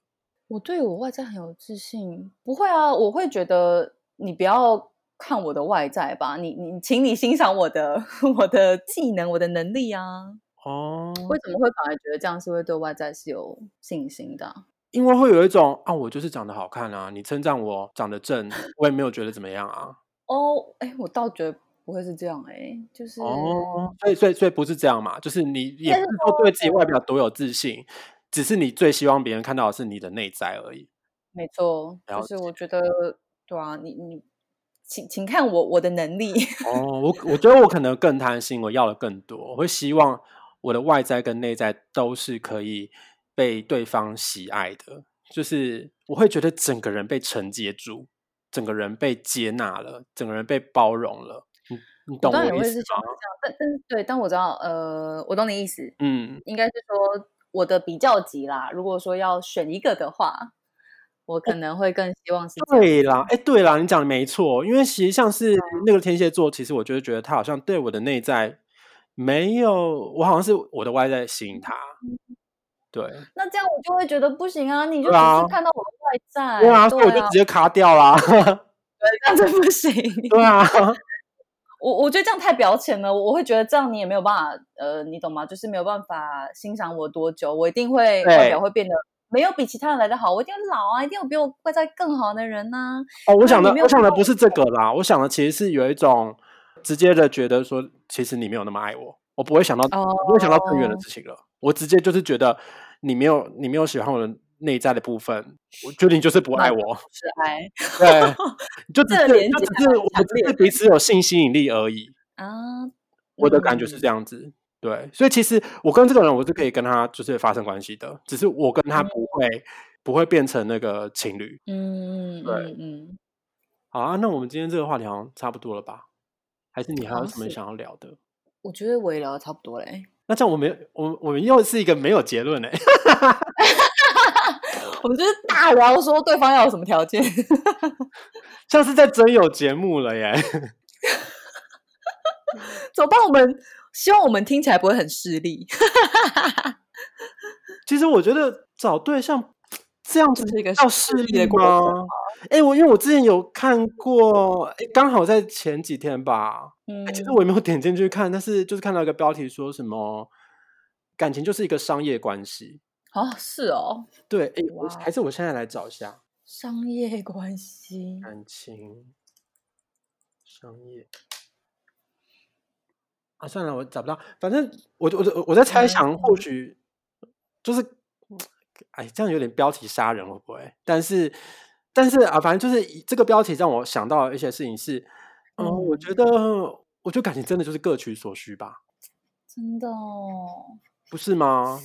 S2: 我对我外在很有自信，不会啊，我会觉得你不要看 我的外在吧，你你请你欣赏我的我的技能，我的能力啊。
S1: 哦，
S2: 为什么会反而觉得这样是会对外在是有信心的啊、
S1: 因为会有一种啊，我就是长得好看啊，你称赞我长得 正，我也没有觉得怎么样啊。
S2: 哦，哎，我倒觉得不会是这样、哎，就是
S1: 哦，所以所以所以不是这样嘛，就是你也不
S2: 但
S1: 是
S2: 是
S1: 说对自己外表多有自信，只是你最希望别人看到的是你的内在而已。
S2: 没错，
S1: 了
S2: 就是我觉得，对啊，你你，请请看我我的能力，
S1: 哦，我我觉得我可能更贪心，我要的更多，我会希望我的外在跟内在都是可以被对方喜爱的，就是我会觉得整个人被承接住，整个人被接纳了，整个人被包容了。你你懂
S2: 当
S1: 我
S2: 然也
S1: 的意
S2: 会
S1: 思啊
S2: 是想
S1: 吗
S2: 要？这样，但但对，但我知道，呃，我懂你意思，
S1: 嗯，
S2: 应该是说我的比较级啦。如果说要选一个的话，我可能会更希望是这样
S1: 哦对啦，哎，对啦，你讲的没错，因为其实像是那个天蝎座，其实我就会觉得他好像对我的内在没有，我好像是我的外在吸引他。
S2: 嗯
S1: 对，
S2: 那这样我就会觉得不行啊，你就
S1: 对
S2: 只
S1: 啊
S2: 是看到我的外在，
S1: 对啊，所以我
S2: 对
S1: 就
S2: 啊
S1: 直，接卡掉 啦。
S2: 这样子不行。
S1: 对啊，
S2: 我我觉得这样太表浅了，我会觉得这样你也没有办法，呃，你懂吗？就是没有办法欣赏我多久，我一定会
S1: 对
S2: 外表会变得没有比其他人来的好，我一定会老啊，一定有比我外在更好的人呐、
S1: 哦，我
S2: 那
S1: 想
S2: 你
S1: 的
S2: 没有
S1: 我想的
S2: 看到
S1: 不是这个啦，我想的其实是有一种直接的觉得说，其实你没有那么爱我，我不会想到，我不会想到更远的
S2: 哦
S1: 事情了。我直接就是觉得你没有你没有喜欢我的内在的部分，我觉得你就是不爱
S2: 那
S1: 我。
S2: 是爱
S1: 对， 就只
S2: 这
S1: 是
S2: 个连
S1: 就
S2: 接
S1: 只是
S2: 还蛮
S1: 我
S2: 强
S1: 只
S2: 烈
S1: 是
S2: 的
S1: 彼此有性吸引力而已。
S2: 啊。
S1: 我的感觉是
S2: 嗯
S1: 这样子，对，所以其实我跟这个人，我是可以跟他就是发生关系的，只是我跟他
S2: 嗯
S1: 不会、不会变成那个情侣。
S2: 嗯嗯
S1: 对
S2: 嗯嗯，
S1: 好啊，那我们今天这个话题好像差不多了吧？还是你还
S2: 好
S1: 有
S2: 像
S1: 什么
S2: 是
S1: 想要聊的？
S2: 我觉得我也聊的差不多嘞、欸
S1: 那这样我们又我我们又是一个没有结论哎、
S2: 我们就是大聊说对方要有什么条件，
S1: 像是在真有节目了耶。
S2: 怎么办？我们希望我们听起来不会很势利，
S1: 其实我觉得找对象这样子
S2: 这是一个
S1: 要势
S2: 势力
S1: 利
S2: 的过程
S1: 吗？哎、我因为我之前有看过，哎、刚好在前几天吧，
S2: 嗯
S1: 诶其实我也没有点进去看，但是就是看到一个标题说什么感情就是一个商业关系。
S2: 哦是哦，
S1: 对，哎、我
S2: 哇
S1: 还是我现在来找一下
S2: 商业关系，
S1: 感情商业。啊，算了，我找不到，反正我我我我在猜想，或许就是，哎，这样有点标题杀人会不会？但是但是啊，反正就是以这个标题让我想到一些事情是，嗯，我觉得我觉得感情真的就是各取所需吧，
S2: 真的哦。
S1: 不是啊吗？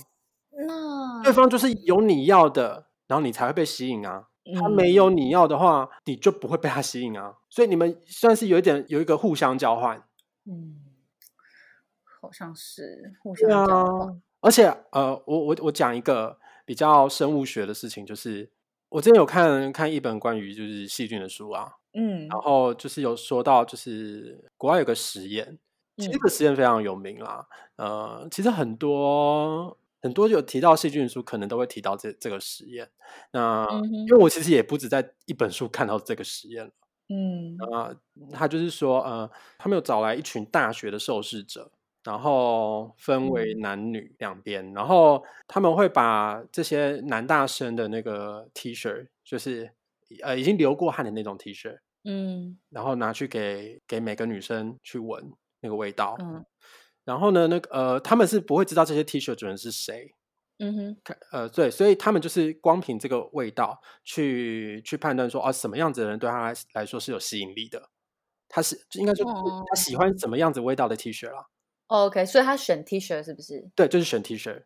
S2: 那
S1: 对方就是有你要的，然后你才会被吸引啊。他没有
S2: 嗯
S1: 你要的话，你就不会被他吸引啊。所以你们算是有一点有一个互相交换。
S2: 嗯，好像是互相
S1: 对啊
S2: 交换。，
S1: 而且呃，我我我讲一个比较生物学的事情，就是我之前有看看一本关于就是细菌的书啊，
S2: 嗯
S1: 然后就是有说到就是国外有个实验，其实这
S2: 嗯
S1: 个实验非常有名啦，呃，其实很多很多有提到细菌的书，可能都会提到这这个实验。那
S2: 嗯哼
S1: 因为我其实也不止在一本书看到这个实验了
S2: 嗯
S1: 啊、他就是说，呃，他们有找来一群大学的受试者，然后分为
S2: 嗯
S1: 男女两边，然后他们会把这些男大生的那个 T 恤，就是呃已经流过汗的那种 T 恤，
S2: 嗯
S1: 然后拿去给给每个女生去闻那个味道，
S2: 嗯
S1: 然后呢，那个呃，他们是不会知道这些 T 恤主人是谁，
S2: 嗯哼
S1: 看呃，对，所以他们就是光凭这个味道去去判断说，哦、什么样子的人对他来来说是有吸引力的，他是就应该
S2: 哦
S1: 说就是他喜欢什么样子味道的 T 恤啦，
S2: ，OK，所以他选 T 恤是不是？
S1: 对，就是选 T 恤。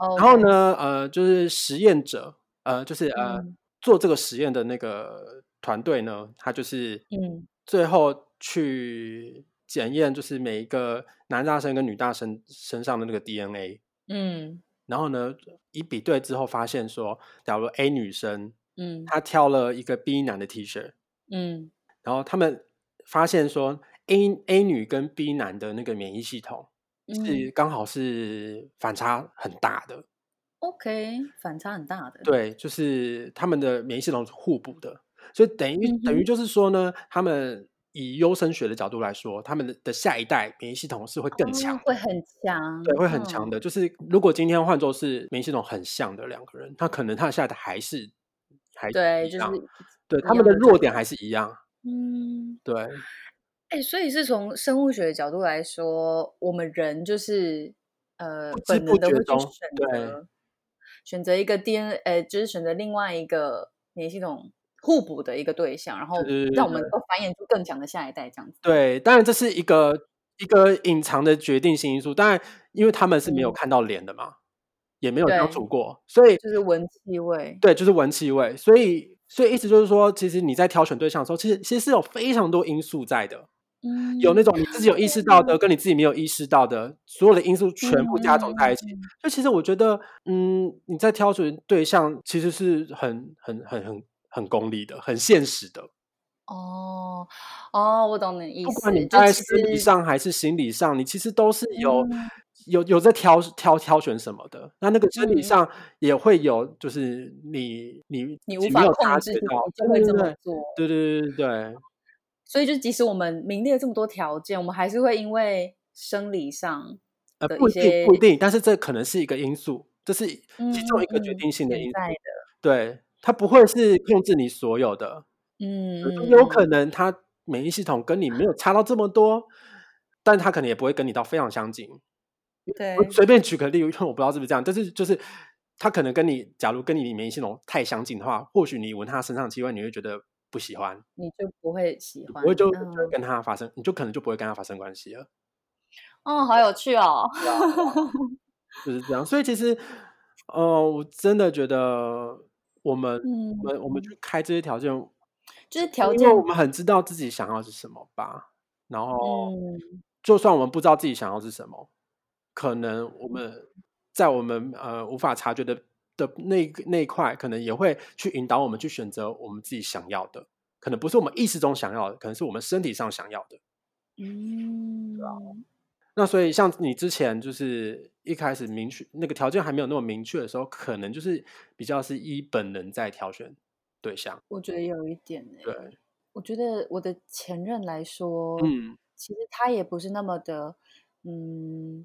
S2: 哦，
S1: 然后？呢，呃，就是实验者，呃，就是呃，
S2: 嗯
S1: 做这个实验的那个团队呢，他就是
S2: 嗯
S1: 最后去检验，就是每一个男大生跟女大生身上的那个 DNA，
S2: 嗯
S1: 然后呢，一比对之后发现说，假如 A 女生
S2: 嗯
S1: 她挑了一个 B 男的 T 恤，
S2: 嗯
S1: 然后他们发现说 A A 女跟 B 男的那个免疫系统是
S2: 嗯
S1: 刚好是反差很大的。
S2: ，OK，反差很大的。，
S1: 对，就是他们的免疫系统是互补的，所以等于
S2: 嗯
S1: 等于
S2: 哼
S1: 就是说呢，他们以优生学的角度来说，他们的的下一代免疫系统是会更强
S2: 哦，会很强，
S1: 对，会很强
S2: 嗯。
S1: 的。就是如果今天换作是免疫系统很像的两个人，那可能他下一代还是还
S2: 对，
S1: 一
S2: 就是
S1: 样对
S2: 一
S1: 他们的
S2: 样的
S1: 弱点还是一样。
S2: 嗯，
S1: 对，
S2: 哎、所以是从生物学的角度来说，我们人就是呃
S1: 不知
S2: 本
S1: 不
S2: 能的
S1: 觉
S2: 会去
S1: 中
S2: 选
S1: 对
S2: 择选择一个 DNA，呃，就是选择另外一个免疫系统互补的一个对象，然后
S1: 对对
S2: 让我
S1: 对
S2: 们能够繁衍出更强的下一代，这样子。
S1: 对，当然这是一个一个隐藏的决定性因素。当然，因为他们是没有
S2: 嗯
S1: 看到脸的嘛，也没有相
S2: 对
S1: 处过，所以
S2: 就是闻气味，
S1: 对，就是闻气味。所以，所以意思就是说，其实你在挑选对象的时候，其实其实是有非常多因素在的，
S2: 嗯，
S1: 有那种你自己有意识到的，跟你自己没有意识到的，所有的因素
S2: 嗯
S1: 全部加总在一起。
S2: 嗯
S1: 就其实我觉得，嗯，你在挑选对象其实是很很很很很功利的，很现实的。
S2: 哦哦，我懂你的意
S1: 不
S2: 思，
S1: 管你
S2: 就
S1: 在
S2: 其
S1: 生理
S2: 实
S1: 上还是心理上，你其实都是有、
S2: 嗯
S1: 有有在挑挑挑选什么的。那那个生理
S2: 嗯
S1: 上也会有，就是你你自
S2: 你无
S1: 己没
S2: 法
S1: 有
S2: 控
S1: 察
S2: 制
S1: 觉
S2: 自己，
S1: 到，
S2: 就会这么
S1: 对
S2: 做。
S1: 对对对对对
S2: 所以就即使我们名列这么多条件，我们还是会因为生理上
S1: 呃，
S2: 的
S1: 不
S2: 一
S1: 一定
S2: 些
S1: 不一定，但是这可能是一个因素，这是
S2: 嗯
S1: 其中一个决
S2: 嗯
S1: 定性的
S2: 潜
S1: 因
S2: 在
S1: 素。
S2: 的
S1: 对，它不会是控制你所有的，就
S2: 嗯
S1: 有可
S2: 嗯
S1: 能它免疫系统跟你没有差到这么多，但它可能也不会跟你到非常相近。我
S2: 对
S1: 随便举个例，因为我不知道是不是这样，但是就是他可能跟你，假如跟你免疫系统太相近的话，或许你闻他身上的气味，你会觉得不喜欢，
S2: 你就不会喜
S1: 你
S2: 欢
S1: 不会就就会
S2: 嗯
S1: 跟他发生，你就可能就不会跟他发生关系 了，
S2: 哦，好有趣哦，
S1: 对啊对啊就是这样。所以其实，呃，我真的觉得我们我们我们
S2: 嗯，
S1: 去开这些条件，
S2: 就
S1: 是
S2: 是条
S1: 因为我
S2: 件
S1: 们很知道自己想要是什么吧，然后哦
S2: 嗯
S1: 就算我们不知道自己想要是什么，可能
S2: 嗯
S1: 我们在我们呃无法察觉的的那一那一块，可能也会去引导我们去选择我们自己想要的，可能不是我们意识中想要的，可能是我们身体上想要的。啊
S2: 嗯
S1: 那所以像你之前就是一开始明确那个条件还没有那么明确的时候，可能就是比较是依本能在挑选对象。
S2: 我觉得有一点哎、
S1: 对，
S2: 我觉得我的前任来说，
S1: 嗯，
S2: 其实他也不是那么的，嗯，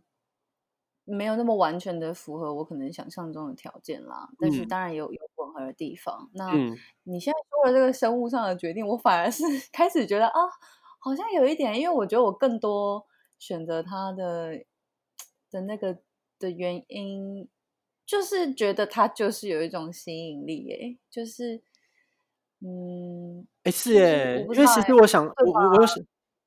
S2: 没有那么完全的符合我可能想象中的条件啦。但是
S1: 嗯，
S2: 当然有有吻合的地方。那
S1: 嗯，
S2: 你现在说了这个生物上的决定，我反而是 开始觉得啊，好像有一点，因为我觉得我更多选择他的的那个的原因，就是觉得他就是有一种吸引力、欸，诶，就是，嗯，
S1: 哎，是
S2: 就是我
S1: 耶，
S2: 不
S1: 因
S2: 知
S1: 为
S2: 道、
S1: 其
S2: 欸，
S1: 实我想，
S2: 对
S1: 我我我有想，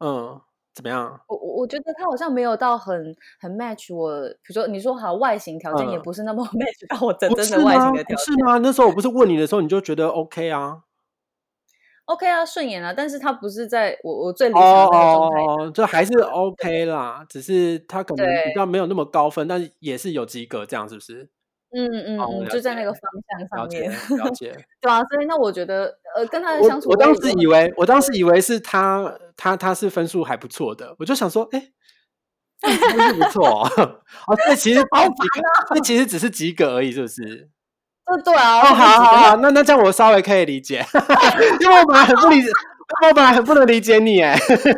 S1: 嗯，怎么样？
S2: 我我我觉得他好像没有到很很 match 我，比如说你说好外形条件也
S1: 嗯，
S2: 不是那么 match 到我真
S1: 不
S2: 正的
S1: 是
S2: 外形
S1: 吗？
S2: 的
S1: 不
S2: 条
S1: 是
S2: 件。
S1: 吗？那时候我不是问你的时候，你就觉得 OK 啊？
S2: OK 啊，顺眼啊，但是他不是在我我最
S1: 哦
S2: 理想的那个状态
S1: 哦哦，就还是 OK 啦，只是他可能比
S2: 对，
S1: 较没有那么高分，但是也是有及格，这样是不是？
S2: 嗯嗯
S1: 哦，我
S2: 嗯，
S1: 了
S2: 就在
S1: 解，
S2: 那个方向
S1: 了
S2: 上
S1: 解，
S2: 面，
S1: 了解。
S2: 对啊，所以那我觉得，呃，跟他的
S1: 我
S2: 相处
S1: 我
S2: 我
S1: 当
S2: 也
S1: 时
S2: 有很
S1: 以为，我当时以为是他，他他是分数还不错的，我就想说，哎，那你分数不错哦，哦，所以其实只
S2: 好
S1: 是
S2: 烦
S1: 及格，
S2: 啊！
S1: 所以其实只是及格而已，是不 是？
S2: 对对啊，
S1: 哦，
S2: 这是
S1: 好
S2: 几个？
S1: 好
S2: 那
S1: 好，那那这样我稍微可以理解， 因为我本来很不理解， 我本来很不能理解你，哎。
S2: 是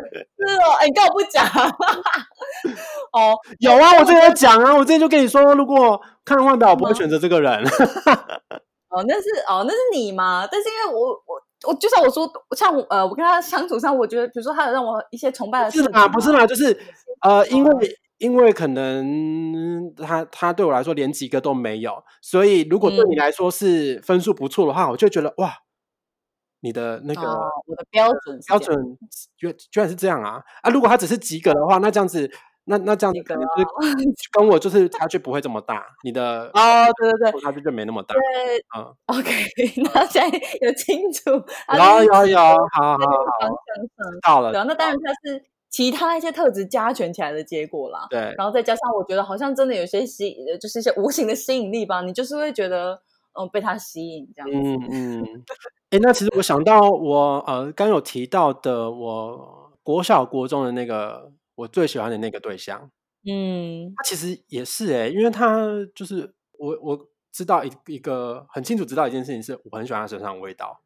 S2: 哦，哎，你干嘛不讲？哦，
S1: 有
S2: 哎，
S1: 啊，
S2: 但
S1: 我
S2: 我
S1: 之
S2: 觉
S1: 前
S2: 得
S1: 有讲啊，我之前就跟你说，如果看外表，我不会
S2: 吗？
S1: 选择这个人。
S2: 哦，那是哦，那是你嘛？但是因为我我我就像我说，像我呃，我跟他相处上，我觉得比如说他有让我一些崇拜
S1: 不
S2: 的
S1: 是
S2: 事
S1: 啦，
S2: 情啊
S1: 不是
S2: 嘛，
S1: 啦，就是
S2: 有些
S1: 呃，因
S2: 哦，
S1: 为因为可能他他对我来说连及格都没有，所以如果对你
S2: 嗯，
S1: 来说是分数不错的话，我就觉得哇，你的那个
S2: 哦，我的标准是
S1: 标
S2: 这样，
S1: 准居然居然是这样啊啊！如果他只是及格的话，那这样子，那那这样
S2: 及
S1: 子
S2: 格
S1: 可能就是
S2: 啊，
S1: 跟我就是差距不会这么大，你的
S2: 哦，对对对
S1: 差距就没那么大，
S2: 对
S1: 嗯。
S2: ，OK，那 现在有清楚，
S1: 有
S2: 他就是
S1: 有啊
S2: 及
S1: 有，
S2: 格
S1: 好好
S2: 在那个
S1: 好，
S2: 方向
S1: 知
S2: 上，
S1: 道了，
S2: 对
S1: 知
S2: 啊，那
S1: 道
S2: 当然
S1: 了，
S2: 他是其他一些特质加权起来的结果啦，
S1: 对，
S2: 然后再加上我觉得好像真的有些吸，呃就是一些无形的吸引力吧，你就是会觉得嗯被他吸引这样子，
S1: 嗯嗯， 哎，那其实我想到我呃刚有提到的，我国小国中的那个我最喜欢的那个对象，
S2: 嗯。
S1: 他其实也是哎、因为他就是我我知道一一个很清楚知道一件事情是，我很喜欢他身上的味道，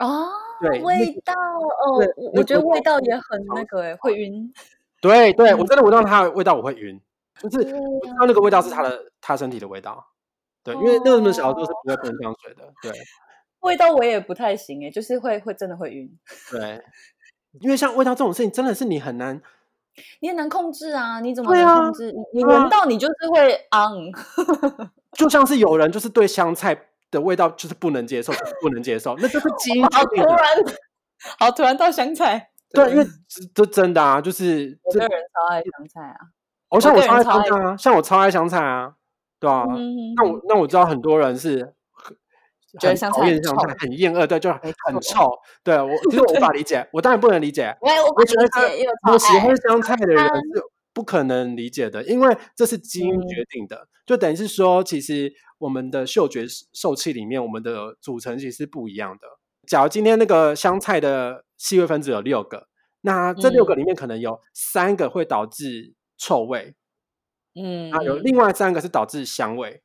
S2: 哦，
S1: 对
S2: 味道哦
S1: 对，
S2: 我
S1: 那
S2: 我觉得
S1: 个
S2: 味
S1: 味道
S2: 道也很那个哎，会晕。
S1: 对对，我真的闻到它的味道我会晕，就是
S2: 对
S1: 我知道那个味道是它的它身体的味道。对，因为那么小的时候是不会喷香水的。对
S2: 味道我也不太行哎，就是会会真的会晕，
S1: 对，因为像味道这种事情，真的是你很难
S2: 你很难控制啊！你怎么
S1: 对
S2: 能
S1: 啊
S2: 控制？你你
S1: 对啊
S2: 闻到你就是 会嗯 on，
S1: 就像是有人就是对香菜的味道就是不能接受，就是不能接受，那就是基因
S2: 好啊
S1: 决
S2: 突
S1: 定的。
S2: 然，好突然到香菜。
S1: 对，因为这这真的啊，就是
S2: 我
S1: 这
S2: 个，人超爱香菜啊，
S1: 哦，像
S2: 我
S1: 我
S2: 个
S1: 超爱
S2: 人超
S1: 香菜啊，像我超爱香菜啊，对啊。
S2: 嗯，
S1: 那我那我知道很多人是很
S2: 觉得
S1: 很
S2: 香
S1: 讨
S2: 菜
S1: 厌
S2: 很
S1: 香
S2: 臭
S1: 菜，很厌恶，对，就
S2: 没
S1: 很
S2: 错
S1: 臭。对我其实我无法理解，我当然不能理解，
S2: 哎我也我
S1: 我觉得他
S2: 理解，也有
S1: 我喜
S2: 超爱
S1: 欢香菜的人
S2: 啊
S1: 是不可能理解的，因为这是基因
S2: 嗯
S1: 决定的。就等于是说，其实我们的嗅觉受器里面，我们的组成其实是不一样的。假如今天那个香菜的细微分子有六个，那这六个里面可能有三个会导致臭味，
S2: 嗯
S1: 啊、有另外三个是导致香味。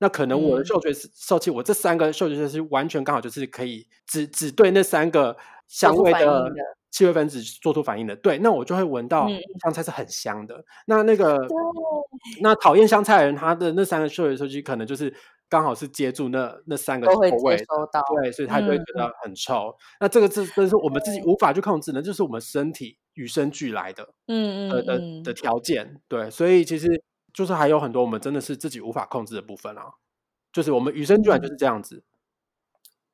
S1: 那可能我的
S2: 嗯
S1: 嗅觉受器，我这三个嗅觉受器完全刚好就是可以只只对那三个香
S2: 出
S1: 味
S2: 反应
S1: 的
S2: 的
S1: 气味分子做出反应的，对，那我就会闻到
S2: 嗯
S1: 香菜是很香的。那那个
S2: 对
S1: 那讨厌香菜的人，他的那三个嗅觉受器可能就是刚好是接住那那三个
S2: 都会
S1: 臭味
S2: 接
S1: 的，
S2: 收到，嗯
S1: 对，所以他就会觉得很臭。那这个这这是我们自己无法去控制的，这是我们身体与生俱来的
S2: 嗯
S1: 呃的
S2: 嗯
S1: 的
S2: 嗯
S1: 的，条件，对，所以其实就是还有很多我们真的是自己无法控制的部分啊，就是我们与生俱
S2: 嗯
S1: 来就是这样子，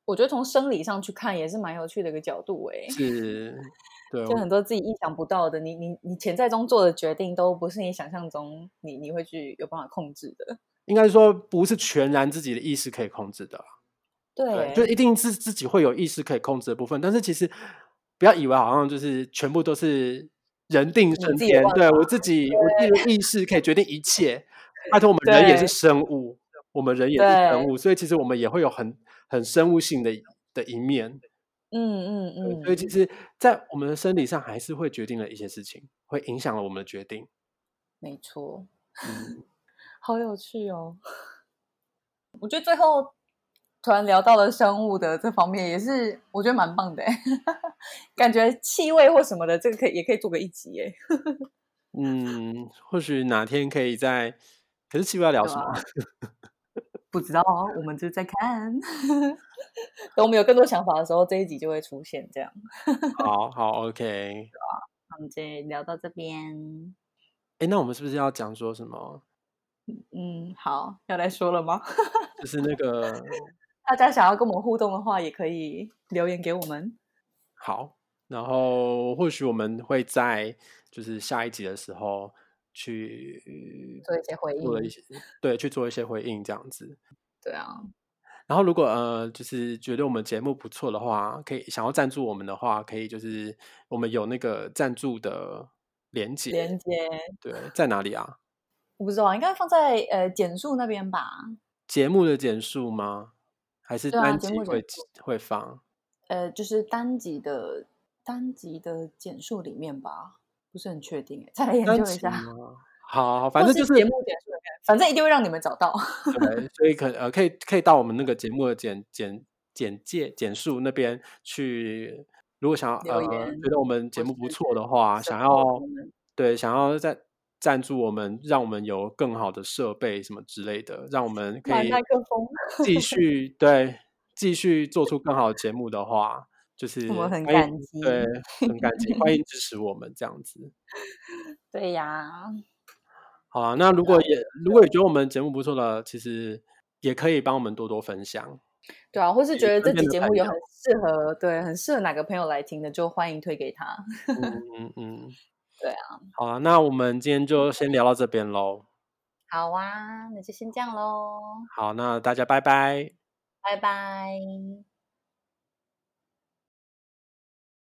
S2: 我觉得从生理上去看也是蛮有趣的一个角度哎，
S1: 是，哦对，
S2: 就
S1: 我
S2: 很多自己意想不到的，你你你潜在中做的决定都不是你想象中你你会去有办法控制的，
S1: 应该说不是全然自己的意识可以控制的啊，对，就
S2: 对，
S1: 一定是自己会有意识可以控制的部分，但是其实不要以为好像就是全部都是人定胜
S2: 自己的
S1: 天，
S2: 办
S1: 对我自己我自己的意识可以决定一 切。拜托，我们人也是
S2: 对
S1: 生物，我们人也是生物，所以其实我们也会有很很生物性的的一面。
S2: 嗯嗯
S1: 对
S2: 嗯，
S1: 所以其实，在我们的生理上还是会决定了一些事情，会影响了我们的决定。
S2: 没错，
S1: 嗯，
S2: 好有趣哦。我觉得最后突然聊到了生物的这方面，也是我觉得蛮棒的欸， 感觉气味或什么的，这个可以也可以做个一集耶。
S1: 嗯或许哪天可以在，可是气不要聊
S2: 对
S1: 什么？
S2: 啊不知道啊，我们就在看。 等我们有更多想法的时候，这一集就会出现。这样，
S1: 好好，OK。
S2: 那我们今天聊到这边。
S1: 哎，那我们是不是要讲说什么？
S2: 嗯，好，要来说了吗？
S1: 就是那个
S2: 大家想要跟我们互动的话，也可以留言给我们。
S1: 好，然后或许我们会在就是下一集的时候去
S2: 做一些回
S1: 做了一
S2: 应
S1: 些对去做一些回应这样子。
S2: 对啊，
S1: 然后如果呃就是觉得我们节目不错的话，可以想要赞助我们的话，可以就是我们有那个赞助的连接，
S2: 连接
S1: 对，在哪里啊？
S2: 我不知道，应该放在呃简述那边吧。
S1: 节目的简述吗？还是
S2: 对啊
S1: 单
S2: 节
S1: 集
S2: 目简
S1: 会、会放？
S2: 呃，就是单集的单集的简述里面吧，不是很确定耶，再来研
S1: 单
S2: 究一
S1: 集
S2: 下。
S1: 吗？好，好反
S2: 或
S1: 正就是
S2: 节目简述里面，反正一定会让你们找到。
S1: 对，所以可呃可以可以到我们那个节目的简简简介简述那边去，如果想要
S2: 留
S1: 呃
S2: 言
S1: 觉得我们节
S2: 或
S1: 目不
S2: 是
S1: 错的
S2: 啊
S1: 话，想要
S2: support 我们
S1: 对想要再赞助我们，让我们有更好的设备什么之类的，让我们可
S2: 买
S1: 以
S2: 麦克风
S1: 继续对继续做出更好的节目的话，就是
S2: 我们很
S1: 欢迎
S2: 感激。
S1: 对很感激，欢迎支持我们这样子。
S2: 对呀、
S1: 好啊，那如果也如果也觉得我们节目不错的，其实也可以帮我们多多分享。
S2: 对啊，或是
S1: 也
S2: 觉得
S1: 推荐
S2: 这期
S1: 的
S2: 节
S1: 朋
S2: 目有
S1: 友
S2: 很适合，对，很适合哪个朋友来听的，就欢迎推给他。
S1: 嗯嗯嗯，
S2: 对
S1: 啊。好啊，那我们今天就先聊到这边喽。
S2: 好啊，那就先这样喽，
S1: 好，那大家拜拜。
S2: 拜拜。